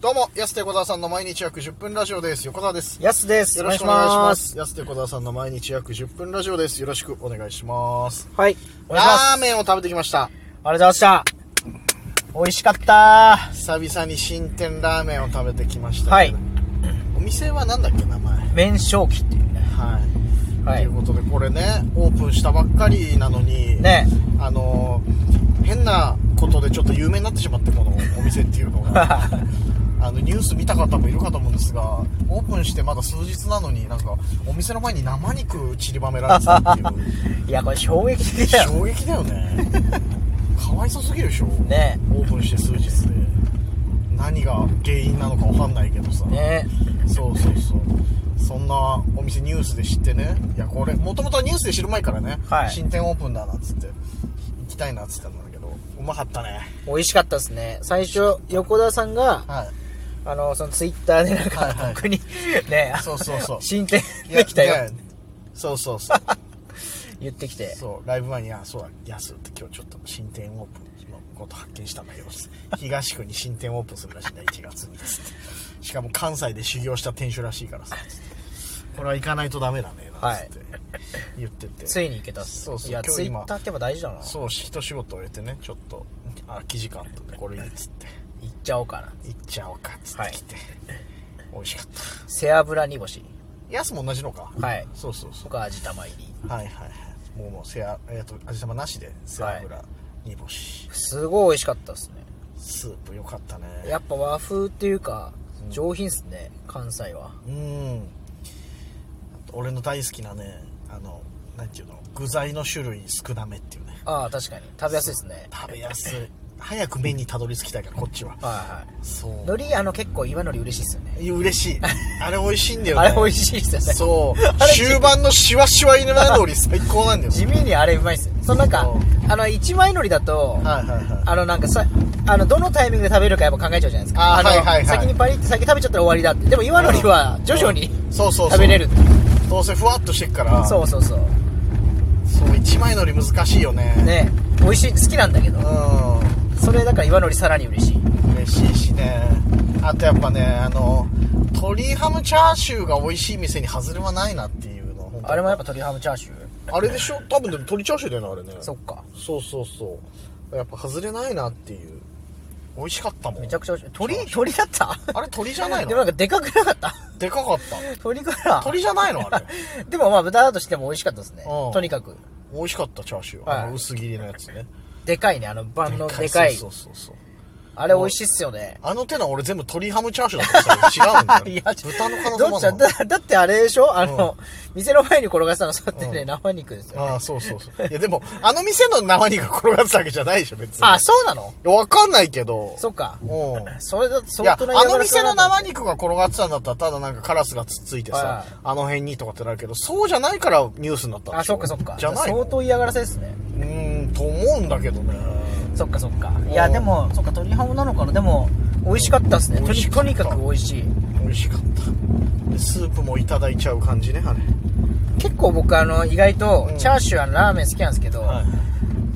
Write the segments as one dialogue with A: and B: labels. A: どうも、安手小沢さんの毎日約10分ラジオです。横澤です。
B: やすです。
A: よろしくお願いします。。安手小沢さんの毎日約10分ラジオです。よろしくお願いします。
B: はい。お願いします。
A: ラーメンを食べてきました。
B: ありがとうございました。美味しかった
A: 久々に新店ラーメンを食べてきました。
B: はい。
A: お店はなんだっけ、名前。はい。
B: 麺正気っていうね。はい
A: ということで、これね、オープンしたばっかりなのに、
B: ね
A: あのー変なことでちょっと有名になってしまって、このお店っていうのが。 あのニュース見た方もいるかと思うんですがオープンしてまだ数日なのになんかお店の前に生肉散りばめられてたっていう
B: いや、これ衝撃的だよ。
A: 衝撃だよねかわいそすぎるでしょ
B: ね
A: オープンして数日で何が原因なのかわかんないけどさ、
B: ね
A: そうそうそうそんなお店ニュースで知ってねいやこれもともとはニュースで知る前からね、
B: はい
A: 新店オープンだなっつって行きたいなっつってたんだけどうまかったね
B: 美味しかったですね。最初、横田さんが、
A: はい
B: あの、そのツイッターでなん
A: はいは
B: か
A: い、
B: 僕に、ねあの
A: そうそう そう
B: 進展できた
A: ね
B: よ。
A: そうそうそう
B: 言ってきて。
A: そうライブ前に「あそうだ安って今日ちょっと新店オープンのこと発見したんだけど東区に新店オープンするらしいんだ1月に」つってしかも関西で修行した店主らしいからさつってこれは行かないとダメだねなんつって言ってて、
B: ついに行けたっす。
A: そうそう
B: や、
A: 今
B: ツ
A: 日
B: イ
A: 今
B: ッターってやっぱ大事だな。行
A: そう一仕事終えてねちょっと空き時間とってこれいいっつって
B: っちゃおうかな。
A: 行っちゃおうかっつって来て、美味しかった
B: 背脂煮干し。
A: 安も同じのか
B: はい
A: そうそうそう
B: とか味玉入り。
A: はいはいはいもうもうせやえっと味玉なしで背脂煮干し、
B: すごい美味しかったですね。
A: スープよかったね
B: やっぱ和風っていうか、上品っすね、関西は。
A: うんあと俺の大好きなねあのなんていうの具材の種類少なめっていうね
B: ああ、確かに。食べやすいですね。
A: 食べやすい早く麺にたどり着きたいからこっちは
B: はいはい。
A: そう
B: 海苔、あの、結構岩海苔嬉しいっすよね。
A: いや嬉 しいあれ美味しいんだよね
B: あれ美味しいっすよね。
A: そう終盤のシワシワ入れないのり最高なんだよ
B: 地味にあれうまいっすよね。そのなんか
A: そ、
B: あの、一枚海苔だと、
A: はいはいはい
B: あの、なんかさ、あの、どのタイミングで食べるかやっぱ考えちゃうじゃないですか。
A: あー
B: の、
A: はいはいはい
B: 先にパリって先食べちゃったら終わりだって。でも岩海苔は徐々に
A: そうそうそう
B: 食べれるって。
A: どうせふわっとしてっから
B: そうそうそう。
A: そう一枚のり難しいよね
B: ね美味しい、好きなんだけど。
A: うん
B: それだから岩海苔さらに嬉しい。
A: 嬉しいしねあとやっぱねあの鶏ハムチャーシューが美味しい店に外れはないなっていうの本当に
B: あれもやっぱ鶏ハムチャーシュー
A: あれでしょ多分でも鶏チャーシューだよねあれね
B: そっか。
A: そうそうそうやっぱ外れないなっていう美味しかったもん
B: めちゃくちゃ美味しい。鳥
A: そう
B: 鳥だった
A: あれ鳥じゃないの
B: でもなんかでかくなかった
A: でかかった
B: 鳥から。
A: 鳥じゃないのあれ
B: でもまあ豚だとしても美味しかったですね
A: うん。
B: とにかく。
A: 美味しかったチャーシュー、
B: はい
A: あの薄切りのやつね
B: でかいね、あの万能でかい。
A: そうそうそうそう
B: あれ美味しいっすよね。
A: あの手の俺全部鶏ハムチャーシューだった違うんだよ
B: いや
A: 豚の可能性
B: どっちだ
A: もある
B: だだってあれでしょあの、店の前に転がしたの、そうやってね、生肉ですよ。
A: ああそうそうそういやでもあの店の生肉転がってたわけじゃないでしょ別に
B: あ、そうなの
A: わかんないけど。
B: そっか。
A: うん。
B: それだ、
A: い
B: 相
A: や、
B: 当な
A: あの店の
B: 生
A: 生肉が転がってたんだったら、ただなんかカラスがつっついて
B: は
A: さ
B: い、
A: あの辺にとかってなるけど、そうじゃないからニュースになったんで
B: あ、
A: しょ
B: そっかそっか。
A: じゃないの
B: 相当嫌がらせですね。
A: うーん、と思うんだけどね。
B: そっかそっか。いや、
A: うん
B: でも、そっか、鳥ハムなのかなでも、美味しかったっすね。
A: 美
B: と
A: 味
B: に
A: しか
B: と
A: った
B: にかく美味しい。
A: 美味しかった。でスープもいただいちゃう感じね、あれ。
B: 結構僕、あの、意外と
A: う、ん
B: チャーシュー、あの、ラーメン好きなんですけど、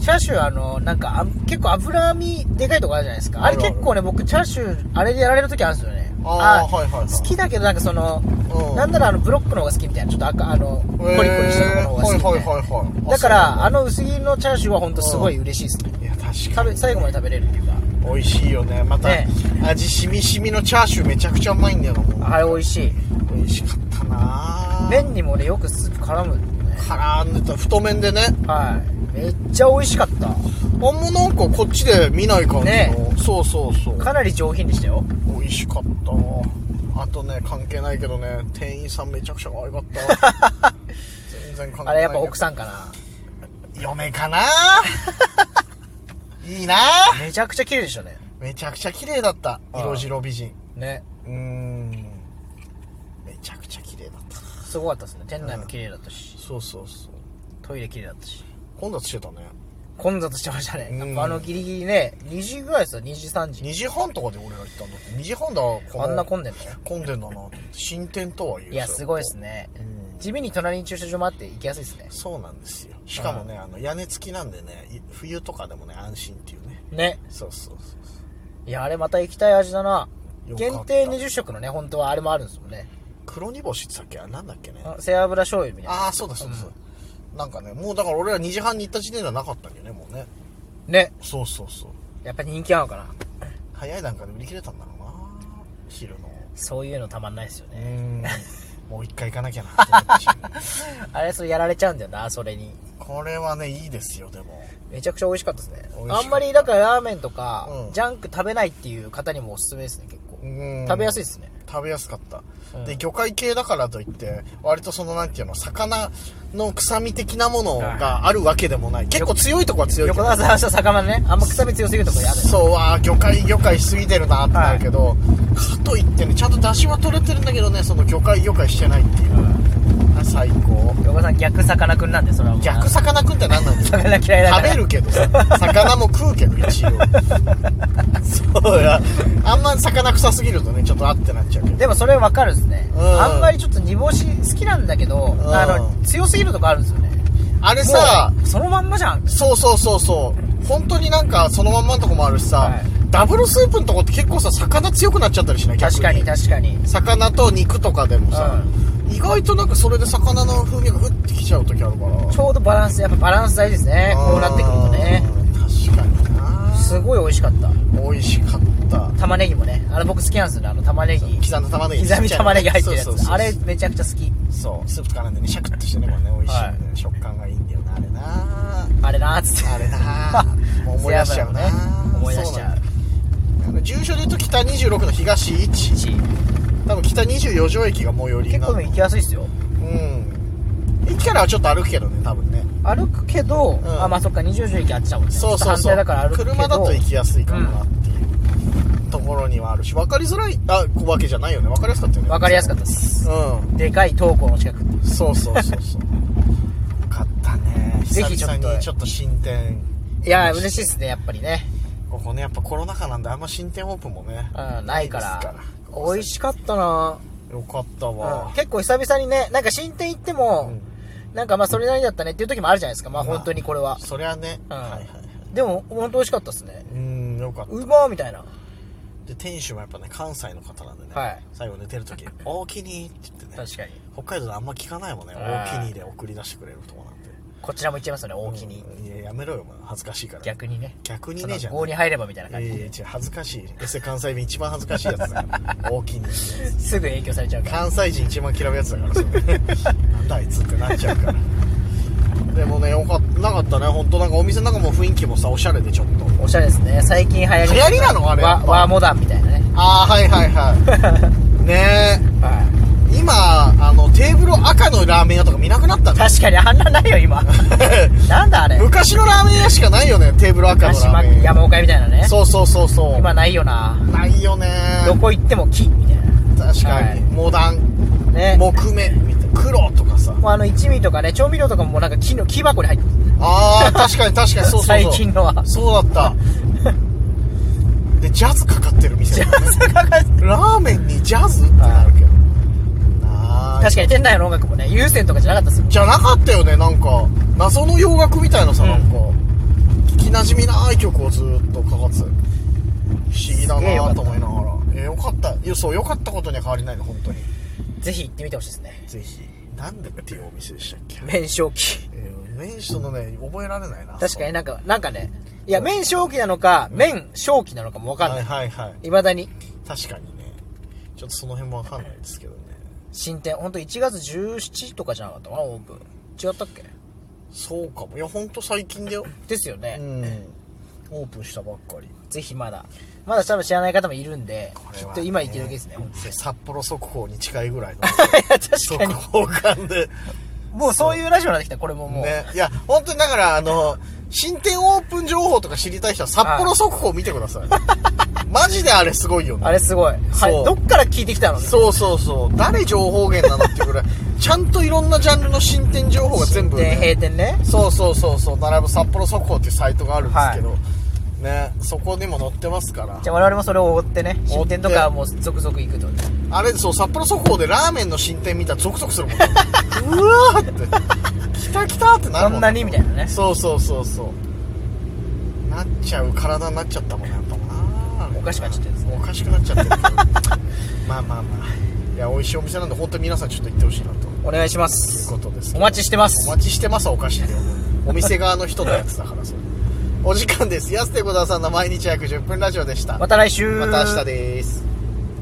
B: チャーシューあのなんかあ結構脂身でかいとこあるじゃないですかあ
A: あ
B: れ
A: るある
B: 結構ね僕チャーシューあれでやられる時あるんですよね
A: あーはいはいはい
B: 好きだけどなんかその、
A: うん
B: なんならあのブロックの方が好きみたいなちょっと赤あのコリコリしたところの方が好きみたいな、
A: えーはいはいはいはい。
B: だか
A: あ
B: らあの薄切りのチャーシューは本当すごい嬉しいですね
A: そういや、確か
B: 食
A: に。
B: べ最後まで食べれるっていうか
A: 美味しいよね。また
B: ね、
A: 味しみしみのチャーシューめちゃくちゃうまいんだよな、もう
B: あれ美味しい
A: 美味しかったなぁ
B: 麺にもねよくスープ絡むんでね
A: 絡んでた、太麺でね。
B: はいめっちゃ美味しかった
A: あんまなんかこっちで見ない感じの、
B: ね
A: そうそうそう
B: かなり上品でしたよ
A: 美味しかったあとね関係ないけどね店員さんめちゃくちゃ可愛かった 全然関係ない
B: あれやっぱ奥
A: ん
B: さんかな
A: 嫁か ないいな
B: めちゃくちゃ綺麗でしたね
A: めちゃくちゃ綺麗だった
B: ああ
A: 色白美人
B: ね
A: うーんめちゃくちゃ綺麗だった
B: すごかったですね店内も綺麗だったし
A: そうそうそう
B: トイレ綺麗だったし
A: 混雑してたね
B: 混雑してましたね、
A: うん
B: やっぱあのギリギリね2時ぐらいですよ2時3時
A: 2時半とかで俺ら行ったんだって2時半だこの
B: あんな混んでんの
A: 混んでんだなと思って新店とはいえ
B: いやすごいです
A: ね
B: ね、
A: うん
B: 地味に隣に駐車場もあって行きやすいですね
A: そうなんですよしかもねあの屋根付きなんでねい冬とかでもね安心っていうね
B: ね
A: そうそうそう
B: いやあれまた行きたい味だない
A: よかった
B: 限定20食のね本当はあれもあるんですもんね
A: 黒煮干しってさっきあなんだっけね
B: あ背脂醤油みたいな
A: ああそうだそうだそうだ、なんかねもうだから俺ら2時半に行った時点ではなかったんだよねもうね
B: ね
A: そうそうそう
B: やっぱ人気なのかな
A: 早い段階で売り切れたんだろうな昼の
B: そういうのたまんないですよ
A: う
B: ね
A: んもう一回行かなきゃなって思ったし
B: あれそうやられちゃうんだよなそれに
A: これはねいいですよでも
B: めちゃくちゃ美味しかったですね
A: 美味しか
B: あ
A: った
B: んまりだからラーメンとか、
A: うん
B: ジャンク食べないっていう方にもおすすめですね結構
A: うん
B: 食べやすいですね
A: 食べやすかった、
B: うん
A: で魚介系だからといって割とそのなんていうの魚の臭み的なものがあるわけでもない結構強いとこは強いけ
B: 横
A: ど
B: 澤さんした魚ねあんま臭み強すぎるとこやだよ
A: そうあー魚介魚介しすぎてるなってなるけど、かといってねちゃんと出汁は取れてるんだけどねその魚介魚介してないっていうのがあ最高
B: 横澤さん逆魚くんなんでそれはもうな
A: 逆魚くんって何なんだよ
B: 魚嫌いだから
A: 食べるけどさ魚も食うけど一応そうやあんま魚臭すぎるとねちょっとあってなっちゃうけど
B: でもそれ分かるですね、
A: うん
B: あんまりちょっと煮干し好きなんだけど、
A: ん
B: あの強すぎるとこあるんですよね
A: あれさ
B: もうそのまんまじゃん
A: そうそうそうそう本当になんかそのまんまのとこもあるしさ、
B: はい
A: ダブルスープのとこって結構さ魚強くなっちゃったりしない逆
B: 確かに確かに
A: 魚と肉とかでもさ、意外となんかそれで魚の風味がグッてきちゃう時あるから
B: ちょうどバランスやっぱバランス大事ですねこうなってくるとね
A: 確かにな
B: すごい美味しかった
A: 美味しかった
B: 玉ねぎもねあれ僕好きなんですよねあの玉ねぎ
A: 刻んだ玉ねぎ
B: 刻み玉ねぎ入ってるやつ
A: そうそうそう
B: あれめちゃくちゃ好き
A: そうスープと絡んでねシャクッとしてねこれね美味しい、
B: は
A: 食感がいいんだよなあれな
B: あれなっつって
A: あれなもう思い出しちゃうな、
B: 背脂もね思い出しちゃ
A: そ
B: う
A: うなんだ住所で言うと北26の東1多分北24条駅が最寄りに
B: 結
A: なる
B: 構でも行きやすいっすよ
A: うん駅からはちょっと歩くけどね多分ね
B: 歩くけど、
A: ん
B: あまあそっか20条駅あっちだもんね
A: そうそう
B: 反
A: そう
B: 対だから歩くけど
A: 車だと行きやすいかなっていうところにはあるし分かりづらいあわけじゃないよね分かりやすかったよね
B: 分かりやすかったです
A: う
B: でかい東高の近く
A: んそうそうそうそうよかったね
B: ぜひちょ
A: 久
B: っと
A: 々にちょっと進展
B: いやー嬉しいっすねやっぱりね
A: ここねやっぱコロナ禍なんであんま進展オープンもね
B: うんないから
A: ないですから
B: 美味しかったな、
A: よかった
B: う
A: わ
B: ん、結構久々にねなんか新店行っても、なんかまあそれなりだったねっていう時もあるじゃないですかまあ
A: まあ
B: 本当にこれは、
A: そりゃね
B: うん
A: はいはいはい
B: でも本当美味しかったっすね
A: うんよかった
B: うまーみたいな
A: で店主もやっぱね関西の方なんでね、
B: はい
A: 最後寝てる時 「大きに」って言ってね
B: 確かに
A: 北海道であんま聞かないもんね「
B: うん
A: 大きに」で送り出してくれるとこなんて
B: こちらも行っちゃいますよね大きに、
A: うんいややめろよお前恥ずかしいから
B: 逆にね
A: 逆にねじゃ
B: そ
A: ん
B: の棒に入ればみたいな感
A: いや
B: じ
A: いや
B: で、
A: 違う恥ずかしいエセ関西弁一番恥ずかしいやつだ から大きに
B: すぐ影響されちゃうから
A: 関西人一番嫌うやつだからそれ なんだあいつってなっちゃうからでもねよかったなかったね本当なんかお店の中も雰囲気もさおしゃれでちょっと
B: おしゃれですね最近流行り
A: 流行りなのあれ
B: わ和モダンみたいなね
A: ああはいはいはい ね
B: は
A: え今あのテーブル赤のラーメン屋とか見なくなった
B: い
A: ね
B: 確かにあんなないよ今なんだあれ
A: 昔のラーメン屋しかないよねテーブル赤の
B: 鹿
A: ラ
B: 島
A: ーメン屋
B: 山岡屋みたいなね
A: そうそうそうそう
B: 今ないよな
A: ないよね
B: どこ行っても木みたい
A: 確かに、
B: はい
A: モダン
B: なね
A: 木目みたいな黒とかさ
B: もうあの一味とかね調味料とかもなんか木の木箱 に入ってる
A: ああ確かに確かにそうそうそう
B: 最近のは
A: そうだったでジャズかかってる 店だねラーメンにジャズってなるけどなあ
B: 確かに店内の音楽もね有線とかじゃなかったっすよ
A: じゃなかったよねなんか謎の洋楽みたいなさ、
B: うん
A: なんか聞きなじみない曲をずーっとかかってたよ不思議だ
B: すげえよ
A: な
B: かった
A: と思いながらえよかったいやそうよかったことには変わりないの本当に
B: ぜひ行ってみてほしいですね
A: ぜひなんでっていうお店でしたっけ
B: 麺正気
A: えー、メンシとのね覚えられないな
B: 確かになんかなんかねいや麺正気なのか麺正気なのかも分かん
A: は
B: ないい
A: はいはい
B: いまだに
A: 確かにねちょっとその辺もわかんないですけどね
B: 新店ほんと1月17とかじゃなかったかなオープン違ったっけ
A: そうかもいやほんと最近 だよ
B: ですよね、
A: うんオープンしたばっかり
B: ぜひまだまだ多分知らない方もいるんで、
A: これ
B: き
A: はね
B: っと今行けるだけですね本
A: で札幌速報に近いぐらいの
B: 当に確か
A: 速報感で
B: にもうそういうラジオになってきたこれももう、
A: ねいや本当にだからあの新店オープン情報とか知りたい人は札幌速報見てくだ さいマジであれすごいよね
B: あれすごい、は
A: そう
B: い、どっから聞いてきたの
A: そうそうそう誰情報源なのっていうぐらいちゃんといろんなジャンルの新店情報が全部、
B: 新店
A: ね、
B: 閉店ね
A: そうそうそうそう並ぶ札幌速報っていうサイトがあるんですけど、ねそこにも載ってますから
B: じゃあ我々もそれを追ってね
A: 追って
B: 新店とかはもう続々行くと
A: あれそう札幌速報でラーメンの新店見たらゾクゾクするもん、ね、うわーって来た来たってな
B: そ
A: るも
B: ん
A: ん
B: なにみたいなね
A: そうそうそうそうなっちゃう体になっちゃったもんねやっぱな
B: おかしくなっちゃってるんです
A: おかしくなっちゃってるあまあまあいや美味しいお店なんで本当に皆さんちょっと行ってほしいなと
B: お願いしま
A: いう
B: す
A: ことです
B: お待ちしてます
A: お待ちしてますはおかしいよお店側の人のやつだからそれお時間です安手小沢さんの毎日約10分ラジオでした
B: また来週
A: また明日です